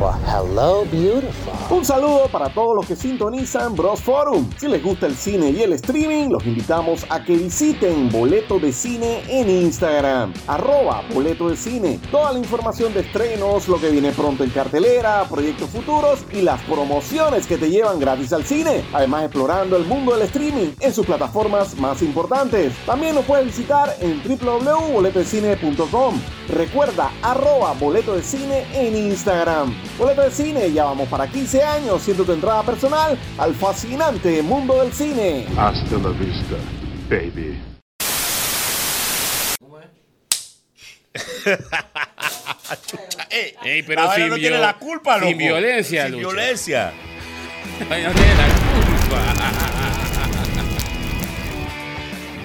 Well, hello, beautiful. Un saludo para todos los que sintonizan Bros Forum. Si les gusta el cine y el streaming, los invitamos a que visiten Boleto de Cine en Instagram. Arroba Boleto de Cine. Toda la información de estrenos, lo que viene pronto en cartelera, proyectos futuros y las promociones que te llevan gratis al cine. Además, explorando el mundo del streaming en sus plataformas más importantes. También nos puedes visitar en www.boletodecine.com. Recuerda, arroba Boleto de Cine en Instagram. Boleto de Cine, ya vamos para 15 años, siendo tu entrada personal al fascinante mundo del cine. Hasta la vista, baby. Ey, pero Ahora sin no vio- tiene la culpa, loco. Sin violencia, Sin Lucho. violencia. Ay, no tiene la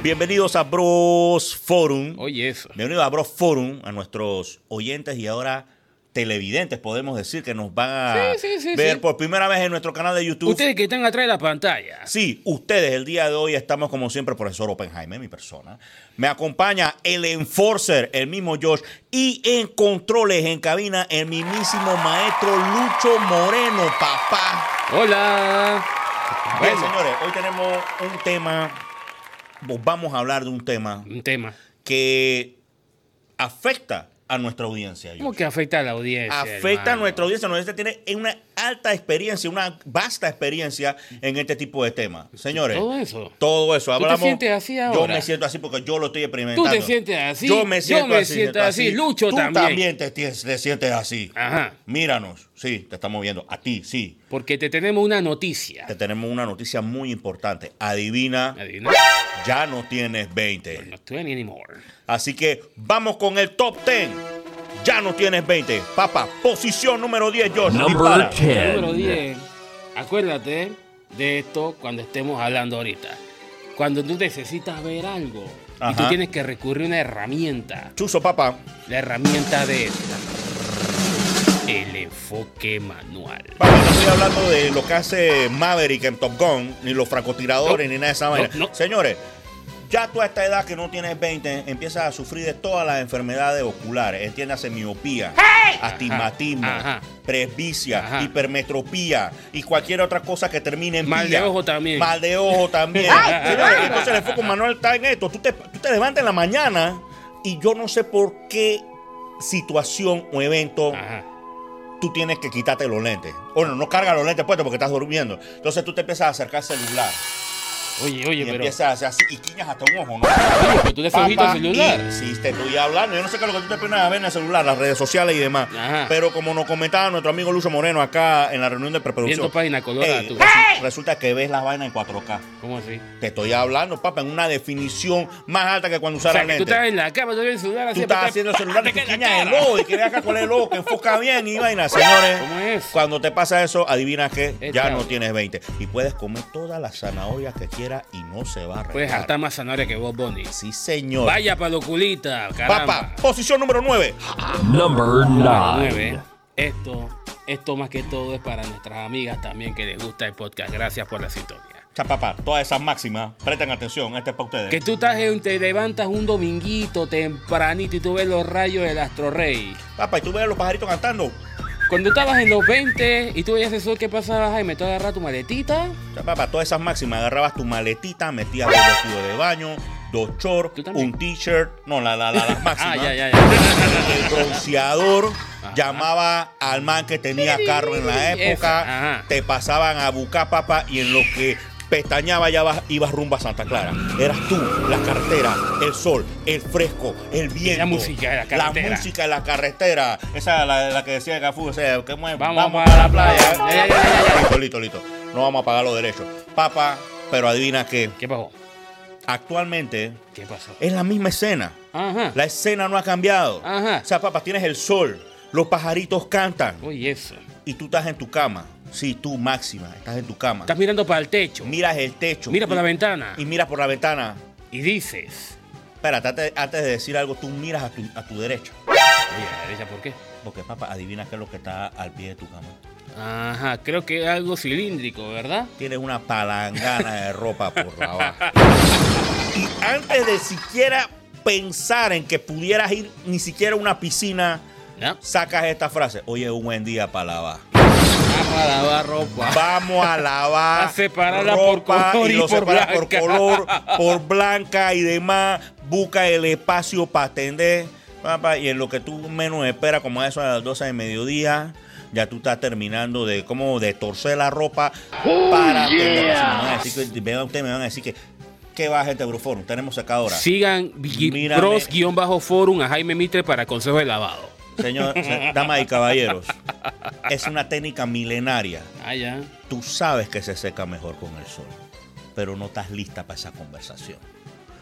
Bienvenidos a Bros Forum. culpa. Oye, eso. Bienvenidos a Bros Forum, a nuestros oyentes y ahora televidentes, podemos decir, que nos van a Sí, sí, sí, ver sí. por primera vez en nuestro canal de YouTube. Ustedes que están atrás de la pantalla. Sí, ustedes, el día de hoy estamos como siempre, profesor Oppenheimer, mi persona. Me acompaña el enforcer, el mismo Josh, y en controles, en cabina, el mismísimo maestro Lucho Moreno, papá. Hola. Bien, Bueno, señores, hoy tenemos un tema, pues vamos a hablar de un tema un tema. que afecta a nuestra audiencia. ¿Cómo Josh. que afecta a la audiencia? Afecta a hermano? nuestra audiencia. Nuestra audiencia tiene una alta experiencia, una vasta experiencia en este tipo de temas. Señores, Todo eso. todo eso. ¿Tú te Hablamos, sientes así Yo ahora? me siento así porque yo lo estoy experimentando. ¿Tú te sientes así? Yo me siento me así. siento así. Lucho Tú también. Ah. te, tienes- te sientes así. Ajá. Míranos. Sí, te estamos viendo. A ti, sí. Porque te tenemos una noticia. Te tenemos una noticia muy importante. Adivina, Adivina. ya no tienes 20. No estoy ni anymore. Así que vamos con el top 10. Ya no tienes 20. Papá, posición número 10, Josh. dispara. Number 10. Número 10. Acuérdate de esto cuando estemos hablando ahorita. Cuando tú necesitas ver algo y tú Ajá. tienes que recurrir a una herramienta. Chuzo, papá. La herramienta de el enfoque manual. Papá, no estoy hablando de lo que hace Maverick en Top Gun, ni los francotiradores, No. ni nada de esa No, vaina. no. Señores, ya tú a esta edad que no tienes 20, empiezas a sufrir de todas las enfermedades oculares. Entiéndase miopía, astigmatismo, Ajá. presbicia, Ajá. hipermetropía y cualquier otra cosa que termine en Mal de pía. ojo también. Mal de ojo también. Ay. Señores, entonces el enfoque manual está en esto. Tú te, tú te levantas en la mañana y yo no sé por qué situación o evento Ajá. tú tienes que quitarte los lentes. Bueno, no carga los lentes puestos porque estás durmiendo. Entonces tú te empiezas a acercar al celular. Oye, Y oye, pero, empiezas a hacer así y quiñas hasta un ojo, ¿no? oye, pero tú le flojito Papá, el celular. y- sí, te estoy hablando. Yo no sé qué es lo que tú te pones a ver en el celular, las redes sociales y demás. Ajá. Pero como nos comentaba nuestro amigo Lucho Moreno acá en la reunión de preproducción. Viendo página colorada, ey, tú. resu- Resulta que ves las vainas en 4K. ¿Cómo así? Te estoy hablando, papá, en una definición más alta que cuando O usara sea, que tú lentes. estás en la cama, tú ves el celular así. Tú estás apretado, haciendo el ¡pa! celular te y tú cae en la quiñas el cara. logo y que veas acá cuál es el logo, que enfoca bien y vaina, señores. ¿Cómo es? Este Cuando te pasa eso, adivina qué, ya Esta. no tienes 20. Y puedes comer todas las zanahorias que quieras y no se va a Pues retar. hasta más zanahoria que vos, Bonnie. Sí, señor. Vaya pa' lo culita, caramba. Papá, posición número 9. Number 9. Nueve. Esto, esto más que todo es para nuestras amigas también que les gusta el podcast. Gracias por la sintonía. Cha, papá, todas esas máximas, presten atención, este es para ustedes. Que tú estás en- te levantas un dominguito tempranito y tú ves los rayos del astro rey. Papá, y tú ves a los pajaritos cantando. Cuando estabas en los 20 y tú veías el sol que pasaba, Jaime, tú agarras tu maletita, Cha, papá, todas esas máximas, agarrabas tu maletita, metías dos vestidos de baño, dos shorts, Tú también. un t-shirt. No, la, la, la, las máximas. Ah, ya, ya, ya. el bronceador llamaba al man que tenía carro en la Esa, época, ajá. te pasaban a buscar papá y en lo que pestañaba ya vas- ibas rumbo a Santa Clara. Eras tú, la carretera, el sol, el fresco, el viento. música de la carretera. música de la carretera. Esa es la, la que decía Cafú, o sea, que mueve, Vamos para la playa. Ya, ya, ya, ya, ya. Listo, listo, listo. No vamos a pagar los derechos. Papá, pero adivina que ¿Qué pasó? actualmente ¿Qué pasó? es la misma escena. Ajá. La escena no ha cambiado. Ajá. O sea, papá, tienes el sol, los pajaritos cantan Oye, eso. y tú estás en tu cama. Sí, tú máxima, estás en tu cama. Estás mirando para el techo. Miras el techo. Mira por la y- ventana. Y miras por la ventana. Y dices. Espérate, antes, antes de decir algo, tú miras a tu, a tu derecha. Oye, a la derecha, ¿por qué? Porque, papá, adivina qué es lo que está al pie de tu cama. Ajá, creo que es algo cilíndrico, ¿verdad? Tienes una palangana de ropa por la baja. Y antes de siquiera pensar en que pudieras ir ni siquiera a una piscina, ¿Ya? Sacas esta frase. Oye, un buen día para lavar. Vamos a lavar ropa. Vamos a lavar A separarla por color y y lo por separas por blanca. color, por blanca y demás. Busca el espacio para atender. papá, y en lo que tú menos esperas, como a eso a las 12 de mediodía, ya tú estás terminando de como de torcer la ropa para atender. Así Me van a decir que, vean ustedes, me van a decir que, ¿qué va gente de Euroforum? Tenemos secadora. Sigan Mírame. pros-forum a Jaime Mitre para consejo de lavado. Señor, se- damas y caballeros, es una técnica milenaria. Ah, ya. Tú sabes que se seca mejor con el sol, pero no estás lista para esa conversación.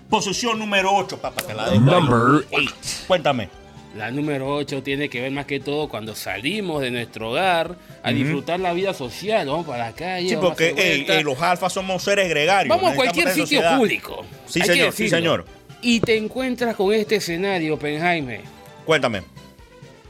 Posición número 8, papá, te la dejo. Number Ahí. Cuéntame. La número 8 tiene que ver más que todo cuando salimos de nuestro hogar a disfrutar la vida social. Vamos para la calle. Sí, vamos a porque hacer ey, vueltas. ey, los alfas somos seres gregarios. Vamos necesitamos a cualquier tener sitio sociedad. público. Sí, hay que señor, sí, decirlo. señor. Y te encuentras con este escenario, Penjaime. Cuéntame.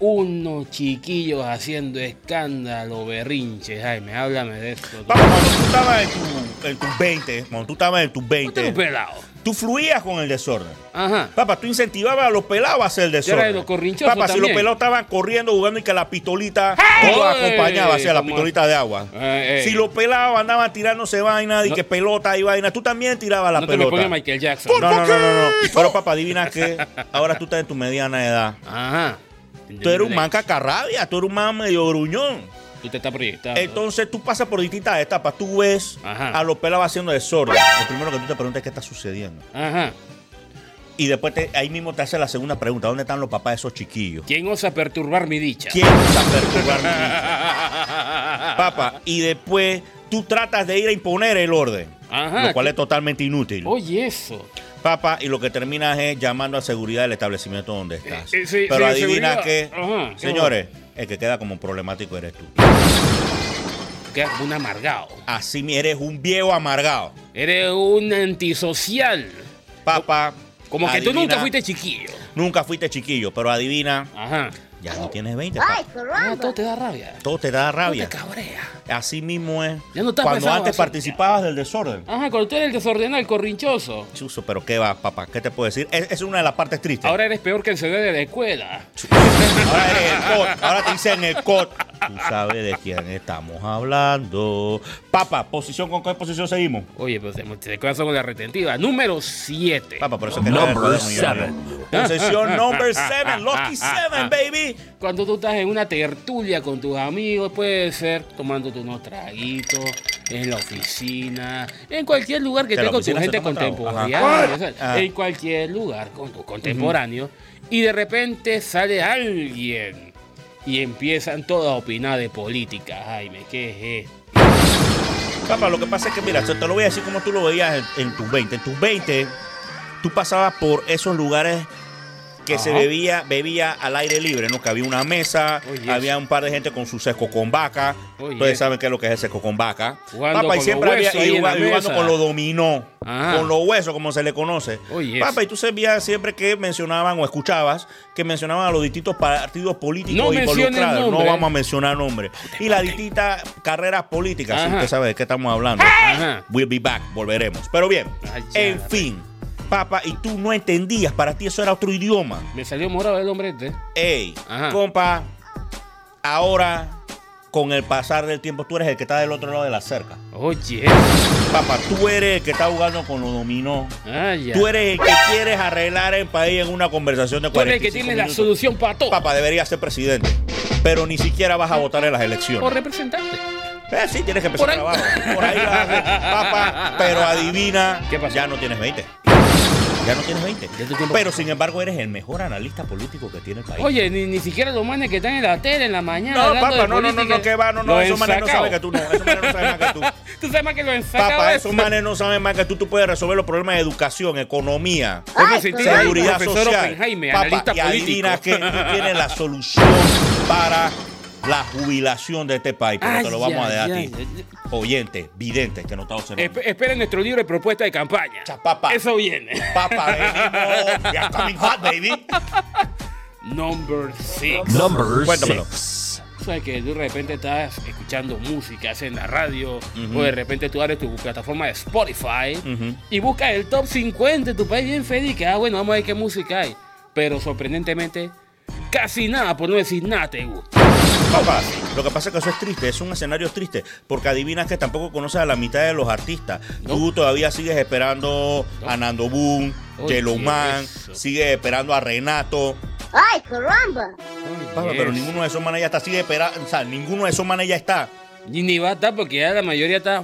Unos chiquillos haciendo escándalo, berrinche, Jaime. Háblame de esto. Papá, cuando tú estabas en tu- en tus 20, cuando tú estabas en tus Ponte un 20, pelado. tú fluías con el desorden. Ajá. Papá, tú incentivabas a los pelados a hacer Yo era de desorden. los corrinchosos Papá, si los también. pelados estaban corriendo, jugando y que la pistolita, ¡Hey! tú los acompañabas, hacia la Como- pistolita de agua. Eh, eh. Si los pelados andaban tirándose vaina, y No- que pelota y vaina, tú también tirabas la no te me pelota. pongas Michael Jackson. no, no, no, no, no. Pero papá, adivina qué. Ahora tú estás en tu mediana edad. Ajá. Tú eres un man cacarrabia, tú eres un man medio gruñón. Tú te estás proyectando. Entonces tú pasas por distintas etapas. Tú ves Ajá. a los pelados haciendo desorden. Lo primero que tú te preguntas es qué está sucediendo. Ajá. Y después te- ahí mismo te hace la segunda pregunta: ¿dónde están los papás de esos chiquillos? ¿Quién osa perturbar mi dicha? ¿Quién usa perturbar mi vida? Papá, y después tú tratas de ir a imponer el orden, Ajá. lo cual es totalmente inútil. Oye, eso. Papá, y lo que terminas es llamando a seguridad del establecimiento donde estás. Eh, eh, sí, Pero sí, adivina seguridad. que, Ajá. señores, el que queda como problemático eres tú. Quedas como un amargado. Así mi- eres un viejo amargado. Eres un antisocial. Papá, Como que tú adivina- nunca fuiste chiquillo. Nunca fuiste chiquillo, pero adivina, Ajá. ya no tienes 20. papá. Ah, todo te da rabia. Todo te da Todo rabia. te cabrea. Así mismo es. Ya no estás Cuando pesado, antes así. participabas del desorden. Ajá, cuando tú eres el desordenado, el corrinchoso. Chuso, pero qué va, papá, ¿qué te puedo decir? Es, es una de las partes tristes. Ahora eres peor que el señor de la escuela. Ahora eres el cot, ahora te dicen el cot. Tú sabes de quién estamos hablando. Papa, posición con qué posición seguimos. Oye, pero se te corazón con la retentiva. Número 7. Papa, por eso es que Number no eres millonario. seven. Posición number seven, Lucky seven, baby. Cuando tú estás en una tertulia con tus amigos, puede ser tomándote unos traguitos, en la oficina, en cualquier lugar que Que la estés con tu oficina se gente toma trago. contemporánea, Ajá. o sea, Ah. en cualquier lugar con tus contemporáneos, y de repente sale alguien y empiezan todos a opinar de política. Jaime, ¿qué es esto? Papa, lo que pasa es que, mira, yo te lo voy a decir como tú lo veías en, en tus 20. En tus 20, tú pasabas por esos lugares que se Ajá. bebía, bebía al aire libre, ¿no? Que había una mesa, Oh, yes. había un par de gente con su sesco con vaca. Oh, Ustedes yes. saben qué es lo que es el sesco con vaca. Jugando Papá, y con siempre los había huesos y ahí en la jugando, jugando mesa. con los dominó, Ajá. con los huesos, como se le conoce. Oh, yes. Papá, y tú sabías siempre que mencionaban o escuchabas que mencionaban a los distintos partidos políticos No menciones involucrados. No nombre. vamos a mencionar nombres. Y las distintas carreras políticas, si Ajá. usted sabe de qué estamos hablando. Ajá. We'll be back, volveremos. Pero bien, Ay, ya, en la fin, papá, y tú no entendías, para ti eso era otro idioma. Me salió morado el hombre este. Ey, Ajá. compa, ahora con el pasar del tiempo tú eres el que está del otro lado de la cerca. Oye, Papá, tú eres el que está jugando con los dominó. ah, ya. Tú eres el que quieres arreglar el país en una conversación de Tú eres el 45 que tiene la minutos. solución para todo. Papá, deberías ser presidente, pero ni siquiera vas a votar en las O elecciones. representante. Eh, sí, tienes que empezar Por ahí. por abajo. Por ahí vas a hacer, papá. Pero adivina, ¿Qué pasó? ya no tienes 20. Ya no tienes 20. Ya tu tiempo Pero sin embargo, eres el mejor analista político que tiene el país. Oye, ni, ni siquiera los manes que están en la tele en la mañana. no, hablando papá, no, de no, no, política, no, que va, no, no, los esos manes no ensacaos. saben que tú no, esos manes no saben más que tú. Tú sabes más que los ensacados. Papá, esos manes no saben más que tú, tú puedes resolver los problemas de educación, economía, Hoy me sentí como el seguridad profesor social. Oppenheimer, Papá, analista y adivina que político. tú tienes la solución para la jubilación de este país, pero te lo Ay, vamos a ay, dejar a ay, ti. ay. Oyente, vidente, que no está observando. Espe- esperen nuestro libro de propuesta de campaña. Cha, papá. Eso viene. Papa, venimos. We are coming hot, baby. Number 6. Number Cuéntamelo. six. Sabes que tú de repente estás escuchando música, haces en la radio, o de repente tú abres tu plataforma de Spotify y buscas el top 50 de tu país bien feliz. Que ah, bueno, vamos a ver qué música hay. Pero sorprendentemente, Casi nada, por no decir nada, te gusta. Papá, lo que pasa es que eso es triste, es un escenario triste, porque adivinas que tampoco conoces a la mitad de los artistas. Tú todavía sigues esperando a Nando Boom, Oye, Yellow Man, eso. sigues esperando a Renato. ¡Ay, caramba! Papá, pero ninguno de esos manes ya está, sigue esperando, o sea, ninguno de esos manes ya está. Ni, ni va a estar porque ya la mayoría está.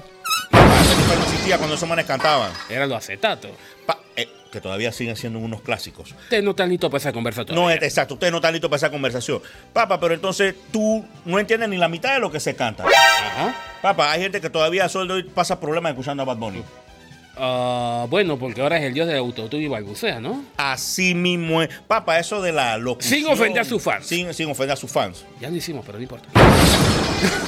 Papá, ese papá no existía cuando esos manes cantaban. Era los acetatos. Pa- eh, que todavía siguen siendo unos clásicos. Ustedes no están listos para esa conversación. No, es- exacto, ustedes no están listos para esa conversación. Papá, pero entonces tú no entiendes ni la mitad de lo que se canta. Ajá. Papá, hay gente que todavía a sol de hoy pasa problemas escuchando a Bad Bunny. Ah, bueno, porque ahora es el dios del autotune y balbucea, ¿no? Así mismo es. Papá, eso de la locución. Sin ofender a sus fans. Sin, sin ofender a sus fans. Ya lo hicimos, pero no importa.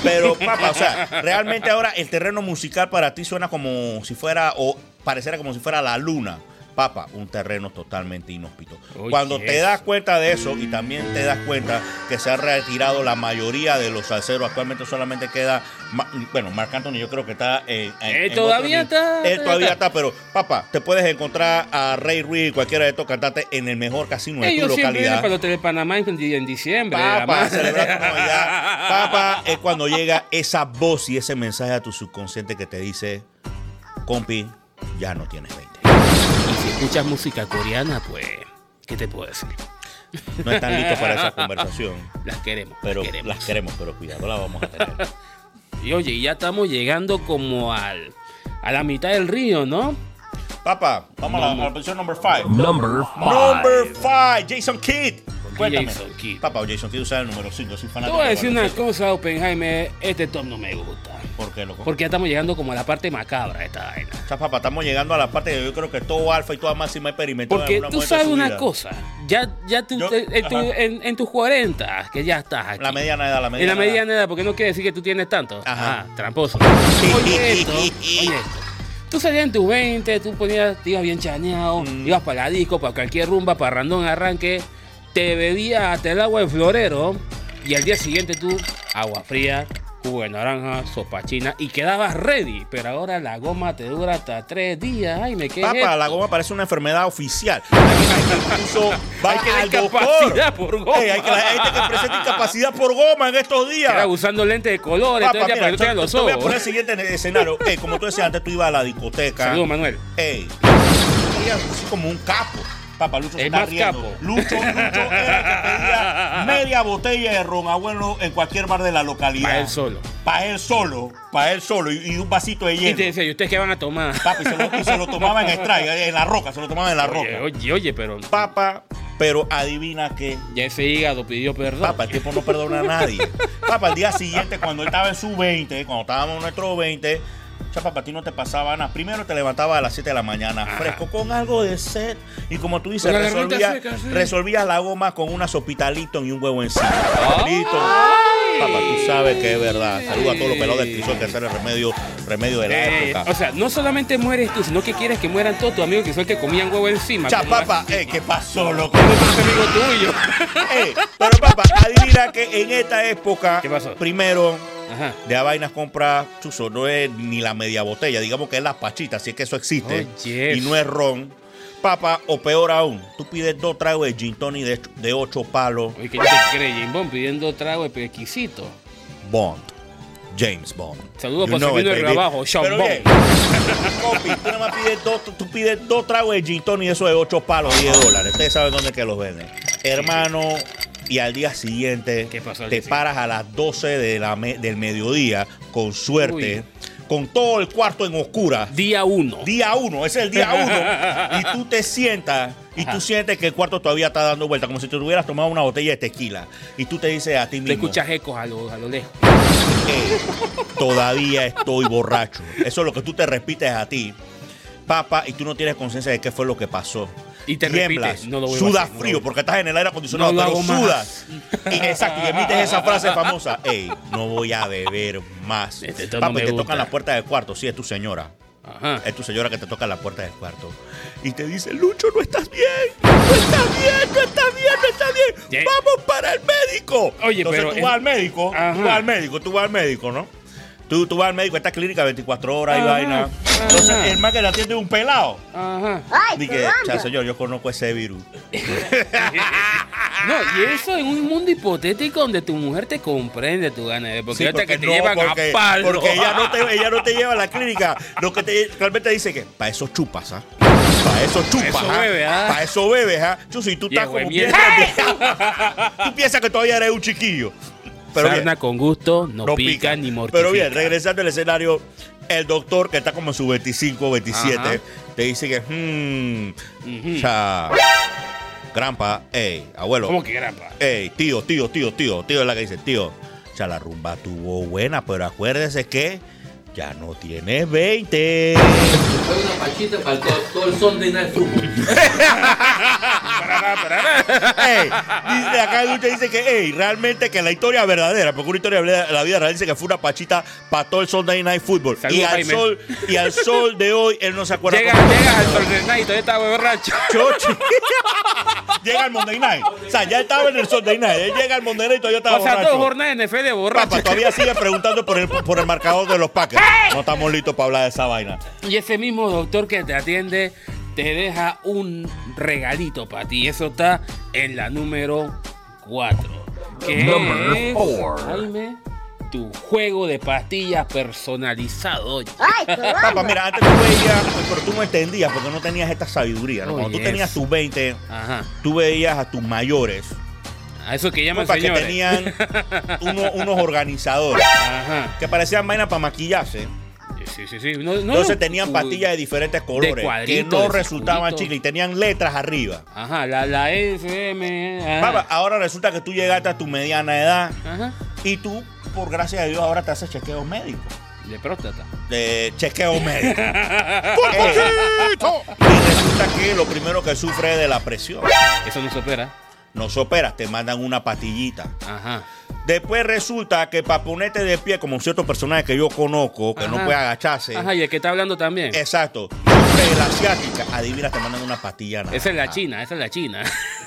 Pero, papá, o sea, realmente ahora el terreno musical para ti suena como si fuera, o pareciera como si fuera la luna. Papá, un terreno totalmente inhóspito. Oye, Cuando te eso. das cuenta de eso y también te das cuenta que se ha retirado la mayoría de los salseros, actualmente solamente queda, Ma- bueno, Marc Anthony yo creo que está en... en- Él en todavía otro nivel. está, Él todavía todavía está. está, pero papá, te puedes encontrar a Rey Ruiz, cualquiera de estos cantantes en el mejor casino de tu Ellos siempre vienen localidad. para los Telepanamá en, en diciembre. la Papá, madre. celebrar tu Navidad. Papá, es cuando llega esa voz y ese mensaje a tu subconsciente que te dice, compi, ya no tienes 20. Y si escuchas música coreana, pues, ¿qué te puedo decir? No están listos para esa conversación. Las queremos. Pero las queremos. las queremos, pero cuidado, la vamos a tener. Y oye, y ya estamos llegando como al, a la mitad del río, ¿no? Papá, vamos a la, a la posición number 5. Number Number five. 5, Jason Kidd. Cuéntame. Jason Kidd. Papá, Jason Kidd usa el número 5, soy Te fanático. voy a decir de una baloncesto. cosa, Oppenheimer. Este top no me gusta. ¿Por qué, loco? Porque ya estamos llegando como a la parte macabra de esta vaina. O sea, papá, estamos llegando a la parte que yo creo que todo alfa y toda máxima experimentó en Porque alguna tú momento de sabes su una vida. cosa, ya, ya tú, Yo- eh, en, tu- ajá. en- en tus 40, que ya estás aquí. La mediana edad, la en mediana la edad. mediana edad, porque no quiere decir que tú tienes tanto. Ajá. Ajá, tramposo. Oye esto, oye esto. Tú salías en tus 20, tú ponías, te ibas bien chaneado, Mm. ibas para la disco, para cualquier rumba, para random arranque, te bebías hasta el agua de florero y al día siguiente tú, agua fría, jugo de naranja, sopa china y quedabas ready. Pero ahora la goma te dura hasta tres días. Ay, me quedé. Papa, la goma parece una enfermedad oficial. Hay gente que incluso va Hay que dar al doctor. incapacidad por goma. Ey, hay que la gente que presenta incapacidad por goma en estos días. Era usando lentes de color, Papa, entonces ya para mira, que no te, tengan los te voy a poner el ojos. siguiente en el escenario. Ey, como tú decías antes, tú ibas a la discoteca. Saludos, Manuel. Ey, ella es como un capo. Papá, Lucho se El está más riendo. capo. Lucho, Lucho era el que pedía media botella de ron abuelo en cualquier bar de la localidad. Pa' él solo. Para él solo. Para él solo. Y, y un vasito de Y hielo. te decía, ¿y ustedes qué van a tomar? Papi, se lo, y se lo tomaba en extraña, en la roca, se lo tomaba en la roca. Oye, oye, oye, pero Papa, pero adivina qué. ya ese hígado pidió perdón. Papa, el tiempo no perdona a nadie. Papa, al día siguiente, cuando él estaba en su 20, cuando estábamos en nuestro 20, ya papá, a ti no te pasaba nada. Primero te levantaba a las 7 de la mañana, Ah. fresco, con algo de sed. Y como tú dices, Con la garganta resolvías seca, sí. resolvías la goma con una sopita Lipton y un huevo encima. Listo. Ah. Ay. Papá, tú sabes que es verdad. Saluda a todos los pelados del crisol que hacer el remedio, remedio de la Eh, época. o sea, no solamente mueres tú, sino que quieres que mueran todos tus amigos que son que comían huevo encima. Cha, como papá, eh, ¿qué pasó, loco? ese amigo tuyo. Eh, pero papá, adivina que en esta época, ¿Qué pasó? primero, Ajá. de a vainas compra chuzo, no es ni la media botella, digamos que es la pachita, así que eso existe. Oye. Y no es ron. Papá, o peor aún, tú pides dos tragos de gin tonic de, de ocho palos, Oye, que yo te cree, Jim Bond pidiendo trago de pesquisito. Bond. James Bond. Saludos You para know Sabino it, del baby. Trabajo, Sean Pero Bond. bien, compi, tú nada más pides dos, tú pides dos tragos de gin tonic, eso de 8 palos, 10 dólares. Ustedes saben dónde es que los venden. Hermano, y al día siguiente ¿Qué pasó al te día siguiente? paras a las 12 de la me- del mediodía, con suerte, Uy. con todo el cuarto en oscura. Día uno. Día uno, ese es el día uno. y tú te sientas y tú Ajá. sientes que el cuarto todavía está dando vuelta, como si te hubieras tomado una botella de tequila. Y tú te dices a ti Te mismo. escuchas ecos a lo, a lo lejos. Eh, todavía estoy borracho. Eso es lo que tú te repites a ti, papá, y tú no tienes conciencia de qué fue lo que pasó. Y te Tiemblas, repites, no lo voy a sudas hacer, no lo frío voy a- porque estás en el aire acondicionado, No lo pero hago más. sudas. Y, exacto, y emites esa frase famosa, ey, no voy a beber más. Este tono Papá, y me te gusta. tocan la puerta del cuarto, sí, es tu señora. Ajá. Es tu señora que te toca la puerta del cuarto y te dice, Lucho, no estás bien, no estás bien, no estás bien, no estás bien. Ye- Vamos para el médico. Oye, Entonces pero tú es- vas al médico, tú Ajá. vas al médico, tú vas al médico, ¿no? Tú, tú vas al médico, esta clínica 24 horas y Ajá, vaina. Entonces ajá. el más que la atiende es un pelado. Ajá. ¡Ay, Dije, caramba! señor, yo conozco ese virus. No, y eso en un mundo hipotético donde tu mujer te comprende tu gana, ¿eh? porque Sí, yo te, que te no, llevan porque- a palo. Porque ella no, te, ella no te lleva a la clínica. Lo que te, realmente dice que para eso chupas, ¿ah? Para eso chupas, eso bebes, ¿ah? Para eso bebes, ¿ah? Chusi, tú estás Viejo como de mierda. piensas- Tú piensas que todavía eres un chiquillo. Pero bien, Sarna con gusto, no, no pica, ni mortifica. Pero bien, regresando al escenario, el doctor que está como en su 25, 27, Ajá. te dice que, hmm, o sea, grampa, ey, abuelo. ¿Cómo que grapa? Ey, tío, tío, tío, tío, tío es la que dice, tío. O sea, la rumba tuvo buena, pero acuérdese que ya no tienes 20. Hay una pachita para el- todo, todo el Sunday Night Football. Ey, dice acá Lucha dice que, ey, realmente que la historia verdadera, porque una historia de la vida real dice que fue una pachita para todo el Sunday Night Football. Saludos, y al Jaime. sol, y al sol de hoy, él no se acuerda. Llega, cómo- llega al torneo y todavía está borracho. Chochi. llega al Monday Night. O sea, ya estaba en el Sunday Night. Él llega al Monday Night y todavía estaba O sea, borracho. dos jornadas de NFL de borracho. Papá, todavía sigue preguntando por el, por el marcador de los Packers. No estamos listos para hablar de esa vaina. Y ese mismo doctor que te atiende te deja un regalito para ti. Eso está en la número 4. Que Number es, four. Jaime, tu juego de pastillas personalizado. Papá, mira, antes tú veías, pero tú no entendías porque no tenías esta sabiduría. ¿no? Oh, Cuando tú yes. tenías tus 20, Ajá. tú veías a tus mayores. A eso que llaman Papá, que señores. tenían uno- unos organizadores Ajá. que parecían vainas para maquillarse. Sí, sí, sí. No, no, Entonces no. tenían Uy. pastillas de diferentes colores que cuadrito, no de resultaban circulito. chicles y tenían letras arriba. Ajá, la, la SM. ajá. Papá, ahora resulta que tú llegaste a tu mediana edad Ajá. y tú, por gracia de Dios, ahora te haces chequeos médicos. De próstata. de chequeo médico. Eh, y resulta que lo primero que sufre es de la presión. Eso no se opera. No se opera, te mandan una pastillita. Ajá. Después resulta que para ponerte de pie, como cierto personaje que yo conozco, que no Ajá. puede agacharse. Ajá, y el que está hablando también. Exacto. Sufre de la asiática. Adivina, te mandan una pastilla. nada. Esa es la china, esa es la china.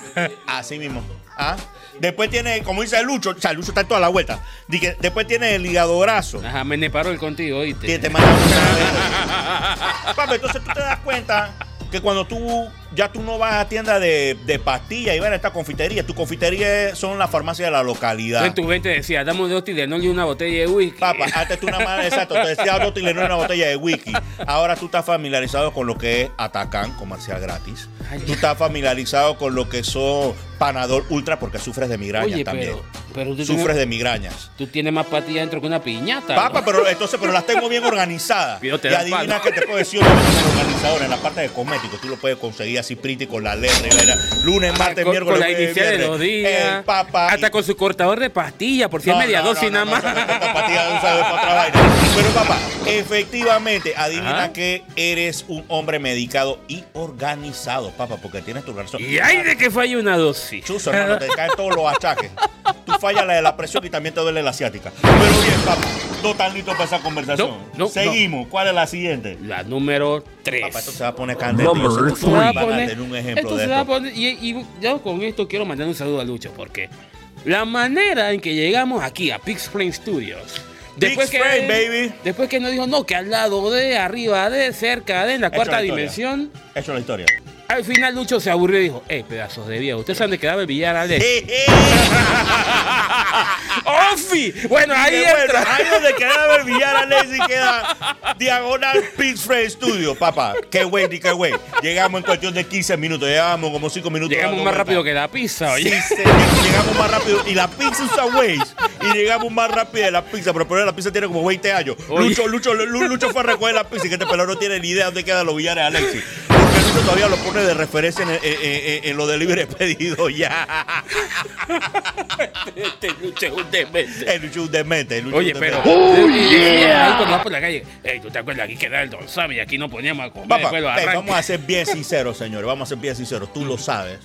Así mismo. ¿Ah? Después tiene, como dice Lucho, o sea, Lucho está en toda la vuelta. Di que- Después tiene el hígado graso. Ajá, me neparo el contigo, Te, oíste. te mandan una- Papi, entonces tú te das cuenta que cuando tú ya tú no vas a tienda de, de pastillas y van a esta confitería, tu confitería es- son las farmacias de la Tú localidad. en tu 20 decía, dame dos tilenol y una botella de whisky. Papá, antes tú nada más, exacto, te decía dos Tylenol y una botella de whisky. Ahora tú estás familiarizado con lo que es Atacán, comercial gratis. Ay. Tú estás familiarizado con lo que son Panadol Ultra porque sufres de migrañas Oye, también. pero, pero tú, Sufres tienes, de migrañas. tú tienes más patilla dentro que una piñata. Papá, ¿no? pero entonces, pero las tengo bien organizadas. Y Pido te da adivina palo. que te puedo decir una vez como organizador en la parte de cosméticos. Tú lo puedes conseguir así pretty con la letra y la era. Lunes, Ajá, martes, con, miércoles. con la jueves, inicial de viernes. los días. Eh, papá. Hasta y- con su cortador de pastilla, por si No, es media no, dosis no, nada no, más. no, no, no, pastilla de un sabor para otra vaina. Pero papá, efectivamente, adivina Ajá. que eres un hombre medicado y organizado, papá, porque tienes tu razón. y hay de que falla una dosis. Chuzo, hermano, te caen todos los achaques. Tú fallas la de la presión y también te duele la asiática. Pero bien, papá, no tan listo para esa conversación. No, no, Seguimos. ¿Cuál es la siguiente? La número 3. Papá, esto se va a poner candente. Number Yo sé que three. Se ustedes va a van a tener un ejemplo esto de se va a esto. poner- y, y yo con esto quiero mandar un saludo a Lucho, porque la manera en que llegamos aquí a Pix Frame Studios. Big Frame, baby. Después que nos dijo, no, que al lado de, arriba de, cerca de, en la Hecho cuarta la historia. dimensión. Hecho la historia. Al final Lucho se aburrió y dijo, hey, pedazos de viejo, ustedes han de quedar el billar al este". Eh, ¡Ofi! ¡Oh, Bueno, ahí Qué bueno, entra. ahí donde quedaba el billar Alexis queda diagonal Pix Frame Studio, papá. Qué güey, ni qué güey. Llegamos en cuestión de 15 minutos, llegamos como 5 minutos. Llegamos dando más vueltas. rápido que la pizza, Sí, oye. señor, llegamos más rápido y la pizza usa Waze y llegamos más rápido de la pizza, pero por ahí la pizza tiene como 20 años. Oye. Lucho, Lucho, Lu- Lucho fue a recoger la pizza y que este pelado no tiene ni idea de dónde quedan los billares Alexis. Porque Lucho todavía lo pone de referencia en, en, en- en los delivery pedidos ya. Este Lucho es un demente. El Lucho es un demente. el Lucho Oye, es un pero. demente. y- y- y- Ahí cuando vas por la calle. Ey, ¿tú te acuerdas? Aquí quedaba el Don Sam y aquí no poníamos a comer. Papá, después pues, lo ey, arranca. vamos a ser bien sinceros, señores. Vamos a ser bien sinceros. Tú lo sabes.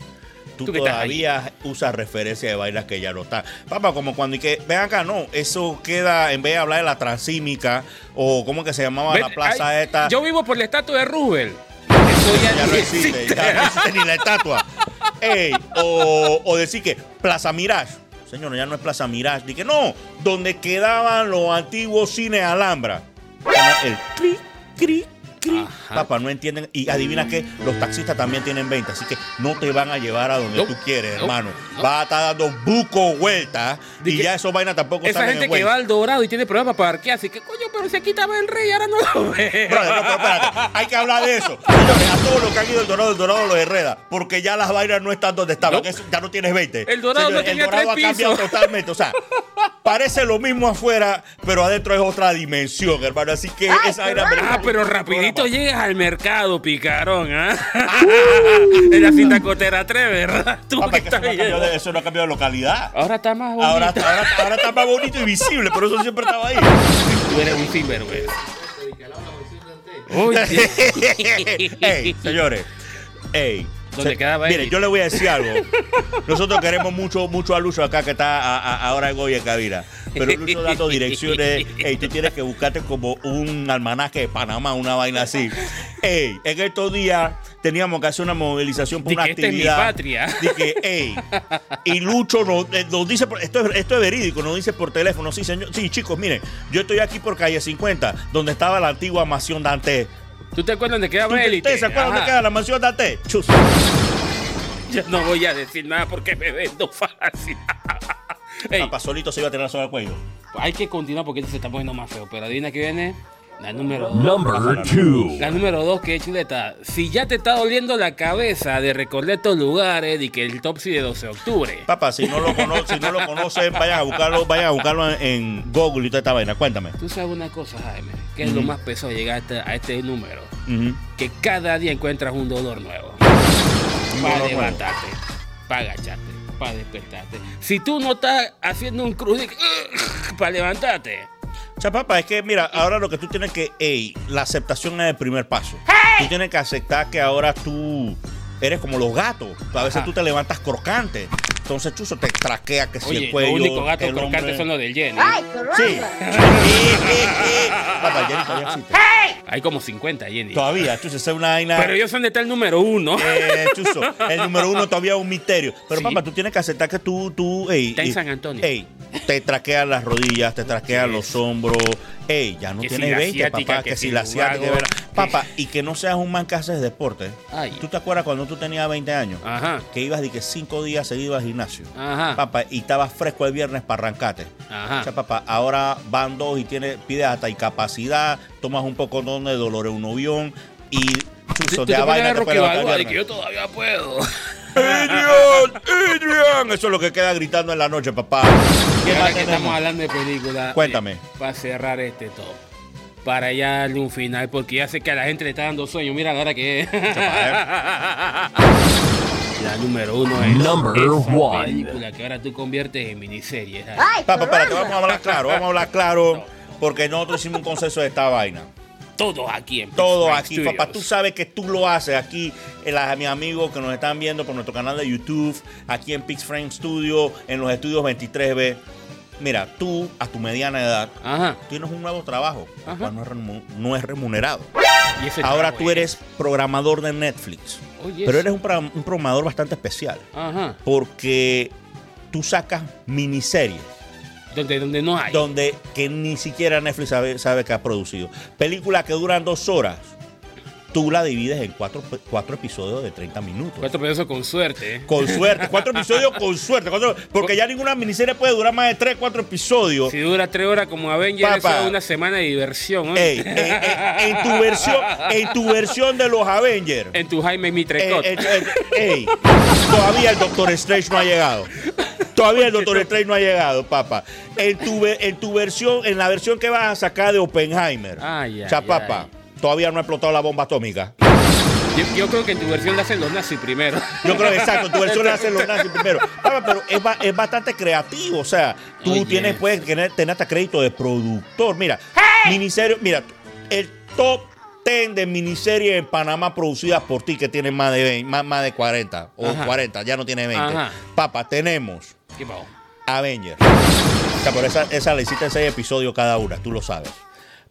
Tú, Tú que estás todavía usas referencias de bailas que ya no están. Papá, como cuando y que, ven acá, no, eso queda, en vez de hablar de la transímica, o cómo que se llamaba Ven, la plaza ay, esta, Yo vivo por la estatua de Rubel. Eso ya, ya ni no existe, existe. ya no existe ni la estatua. Ey, o, o decir que Plaza Mirage. Señor, ya no es Plaza Mirage. Dije, no, donde quedaban los antiguos cines Alhambra. El cri, cri, cri. Ajá. Papá, no entienden. Y adivina que los taxistas también tienen 20, así que no te van a llevar a donde No, tú quieres, no, hermano. no. Vas a estar dando buco vueltas De y que ya esos vainas tampoco Esa salen en gente Waze. que va al Dorado y tiene problemas para parquear, así que coño, pero si aquí estaba el rey, ahora no lo Brother, veo. no, pero espérate, hay que hablar de eso. Señores, a todos los que han ido el Dorado, el Dorado los herreda, porque ya las vainas no están donde estaban. No. Eso ya no tienes 20. El Dorado no tenía El Dorado tres ha cambiado pisos. totalmente. O sea, parece lo mismo afuera, pero adentro es otra dimensión, hermano. Así que esa vaina merece Ah, un pero programa. rapidito llegas al mercado, picarón, ¿ah? en la cinta cotera 3, ¿verdad? Tú Papá, que que eso, estás no ha cambiado de- viendo. eso no ha cambiado de localidad. Ahora está más Ah, bonito. Ahora, ahora, ahora está más bonito y visible, pero eso siempre estaba ahí. tú eres un sinvergüenza. Ey, señores. Ey. ¿Dónde quedaba Mire, Elvis? yo le voy a decir algo. Nosotros queremos mucho, mucho a Lucho acá que está a- a- ahora en Goya Cabira. Pero Lucho dando direcciones. Ey, tú tienes que buscarte como un almanaque de Panamá, una vaina así. Ey, en estos días teníamos que hacer una movilización por Di una que esta es mi actividad. patria. Di que, ey. Y Lucho nos, eh, nos dice, por- esto es, esto es verídico, nos dice por teléfono, sí, señor. Sí, chicos, miren, yo estoy aquí por calle 50, donde estaba la antigua mansión Dante. ¿Tú te acuerdas dónde ¿Tú- quedaba Élite? ¿Ustedes se acuerdan dónde Ajá. queda la mansión Dante? Chus. Yo no voy a decir nada porque me vendo fácil. Ey, Papá solito se iba a tener la soga al cuello. hay que continuar porque esto se está poniendo más feo. Pero adivina que viene la número dos. Number two. La número dos, que es chuleta. Si ya te está doliendo la cabeza de recordar estos lugares y que el Topsy de 12 de octubre. Papá, si no lo conocen, si no lo conocen, vayan a buscarlo, vayan a buscarlo en, en Google y toda esta vaina. Cuéntame. Tú sabes una cosa, Jaime, que es lo más pesado de llegar hasta- a este número. Ujú. Que cada día encuentras un dolor nuevo. dolor Para nuevo. levantarte, para agacharte, para despertarte. Si tú no estás haciendo un cruz para levantarte. O sea, papá, es que mira, ahora lo que tú tienes que, ey, la aceptación es el primer paso. Tú tienes que aceptar que ahora tú eres como los gatos. A veces Ajá. tú te levantas crocante. Entonces, chuzo, te traquea que si Oye, el cuello. los únicos que gatos el crocantes hombre- son los del Jenny. Sí. Eh, papá, Jenny todavía existe. Hay como 50 Jenny. Todavía, chuzo, esa es una vaina. Pero ellos son de tal número uno. Eh, Chuzo, el número uno todavía es un misterio. Pero Sí. papá, tú tienes que aceptar que tú, tú, ey, Está en ey, San Antonio. ey, te traquean las rodillas, te traquean los hombros, ey, ya no Que si tienes la 20, asiática, papá, que, que si si la el asiática, vago, ¿verdad? papá, y que no seas un man que haces deporte. ¿eh? Ay. Ah. ¿Tú te acuerdas cuando tú tenías 20 años? Ajá. Que ibas de que cinco días seguidos al gimnasio. Ajá. Papá, y estabas fresco el viernes para arrancarte. Ah. Ajá. O sea, papá, ahora van dos y tiene, pides hasta incapacidad, tomas un poco de dolor en un avión y Tú- chuzo, tú te ya pones vaina a te Rocky puede levantar el Balboa de viernes. que yo todavía puedo. ¡Adrián! ¡Adrián! Eso es lo que queda gritando en la noche, papá. ¿Qué Y más ahora que tenemos? estamos hablando de película. eh, Cuéntame. para cerrar este top. Para ya darle un final, porque ya sé que a la gente le está dando sueño. Mira la hora que es. La número uno es Number esa one. película que ahora tú conviertes en miniserie. ¿sabes? Papá, espérate, vamos a hablar claro, vamos a hablar claro. Porque nosotros hicimos un consenso de esta vaina. Todo aquí en Todo Pittsburgh aquí, Studios. papá. Tú sabes que tú lo haces aquí. eh, las- mis amigos que nos están viendo por nuestro canal de YouTube, aquí en Pix Frame Studio, en los estudios 23B. Mira, tú, a tu mediana edad, Ajá. tienes un nuevo trabajo, el Ajá. cual no es remu- no es remunerado. Y ese Ahora trago tú es- eres programador de Netflix. Oye, Pero eso. eres un, pra- un programador bastante especial. Ajá. Porque tú sacas miniseries Donde, donde no hay. donde que ni siquiera Netflix sabe, sabe que ha producido. Películas que duran dos horas. Tú la divides en cuatro, pe- cuatro episodios de 30 minutos. Cuatro pesos con suerte. ¿eh? Con suerte. Cuatro episodios con suerte. cuatro- porque ya ninguna miniserie puede durar más de tres, cuatro episodios. Si dura tres horas como Avengers, eso Papá. es una semana de diversión. ¿eh? Ey, en, en- en tu versión, en tu versión de los Avengers. En tu Jaime Eh, Mitrecot. eh, eh, ey, todavía el Doctor Strange no ha llegado. Todavía el Doctor Strange no ha llegado, papá. En tu, ve- en tu versión, en la versión que vas a sacar de Oppenheimer. Ay, o sea, ay, papá, todavía no ha explotado la bomba atómica. Yo, yo creo que en tu versión la hacen los nazis primero. Yo creo que exacto, tu versión la hacen los nazis primero. Papá, pero es, ba- es bastante creativo. O sea, tú Oye. tienes, puedes tener, tener hasta crédito de productor. Mira, miniserie, mira, el top 10 de miniseries en Panamá producidas por ti que tienen más de 20, más, más de 40 o Ajá. 40, ya no tiene 20. Ajá. Papá, tenemos ¿Qué pasó? Avengers. O sea, por esa, esa la hiciste en seis episodios cada una, tú lo sabes.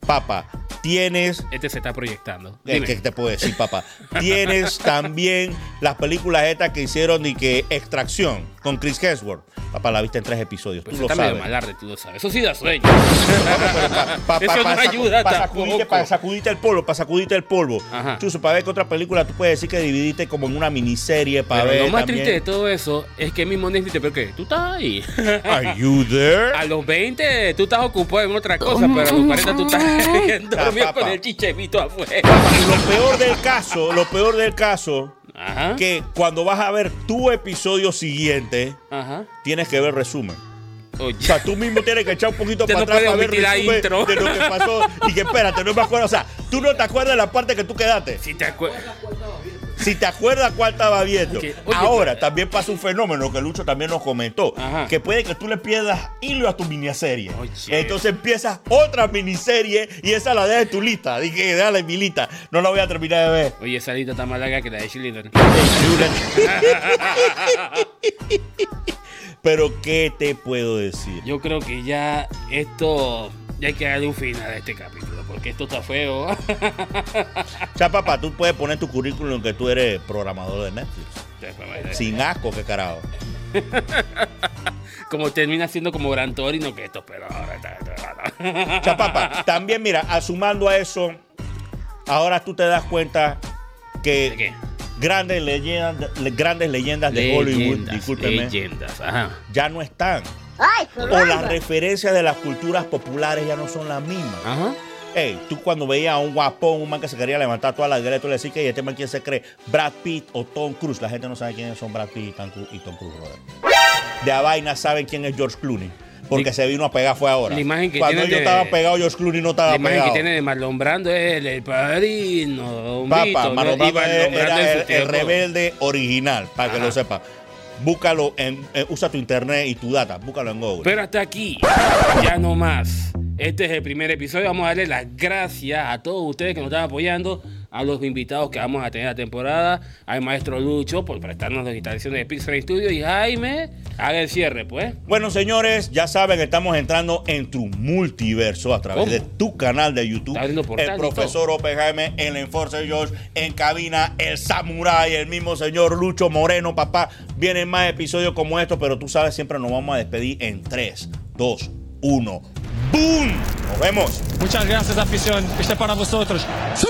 Papa, Tienes Este se está proyectando. ¿Qué- Dime. ¿Qué te puedo decir, papá? Tienes también las películas estas que hicieron y que Extracción con Chris Hemsworth. Papá, la viste en tres episodios. Pues tú lo está medio sabes. malarde, tú lo sabes. Eso sí da sueño. Pa- Eso pa- no pa- sacu- ayuda pa- sacudirte, tampoco. pa- sacudirte el polvo, para sacudirte el polvo. Ajá. Chuso, para ver que otra película tú puedes decir que dividiste como en una miniserie para Pero ver. lo más también. triste de todo eso es que mismo Netflix te que tú estás ahí. Are you there? A los 20 tú estás ocupado en otra cosa, pero a los 40 tú estás dormido papá. con el chichevito afuera. Y lo peor del caso, lo peor del caso, Ajá. que cuando vas a ver tu episodio siguiente, Ajá. tienes que ver resumen. O Oye. sea, tú mismo tienes que echar un poquito Te para no atrás puedes para ver omitir la resumen intro. de lo que pasó. Y que espérate, no me acuerdo. O sea, tú no te acuerdas de la parte que tú quedaste. Si te acuerdas. Si te acuerdas cuál estaba viendo. Ok, oye, Ahora, pero- también pasa un fenómeno que Lucho también nos comentó. Ajá. Que puede que tú le pierdas hilo a tu miniserie. Oye. Entonces empiezas otra miniserie y esa la dejas en tu lista. Dije, déjala en mi lista. No la voy a terminar de ver. Oye, esa lista está más larga que la de Schindler. Pero, ¿qué te puedo decir? Yo creo que ya esto. Ya hay que darle un final a este capítulo, porque esto está feo. O sea, papá, tú puedes poner tu currículum que tú eres programador de Netflix. Eh. Sin asco, qué carajo. Como termina siendo como Gran Torino, que esto, pero ahora está. O sea, papá, también mira, asumando a eso, ahora tú te das cuenta ¿De que qué? grandes leyendas, le- grandes leyendas Ah, de Hollywood, discúlpeme, Leyendas, ajá. ya no están. O las referencias de las culturas populares ya no son las mismas. Ajá. Ey, tú cuando veías a un guapón, un man que se quería levantar toda la guerra, tú le decías que "Ey, este man quién se cree, Brad Pitt o Tom Cruise. La gente no sabe quiénes son Brad Pitt y Tom Cruise, y Tom Cruise, brother. De a vaina saben quién es George Clooney. Porque Ni- se vino a pegar fue ahora. la imagen que cuando tienen yo de- estaba pegado, George Clooney no estaba La imagen pegado. que tiene de Marlon Brando es el, el padrino, Don Papa, Vito, Marlon ¿no? Y Brando era, Marlon Brando en su el, el tiempo. rebelde original, para que Ajá. lo sepa. Búscalo, en, eh, usa tu internet y tu data, búscalo en Google. Pero hasta aquí, ya no más. Este es el primer episodio. Vamos a darle las gracias a todos ustedes que nos están apoyando, a los invitados que vamos a tener la temporada, al maestro Lucho por prestarnos las instalaciones de Pixel Studio y Jaime, haga el cierre, pues. Bueno, señores, ya saben, estamos entrando en tu multiverso a través ¿Cómo? de tu canal de YouTube. Está abriendo portal El y todo. profesor Oppenheimer, el Enforcer George, en cabina, el Samurai, el mismo señor Lucho Moreno, papá. Vienen más episodios como estos, pero tú sabes, siempre nos vamos a despedir en 3, 2, 1. ¡Boom! Nos vemos. Muchas gracias, afición. Este es para vosotros. ¡Sí!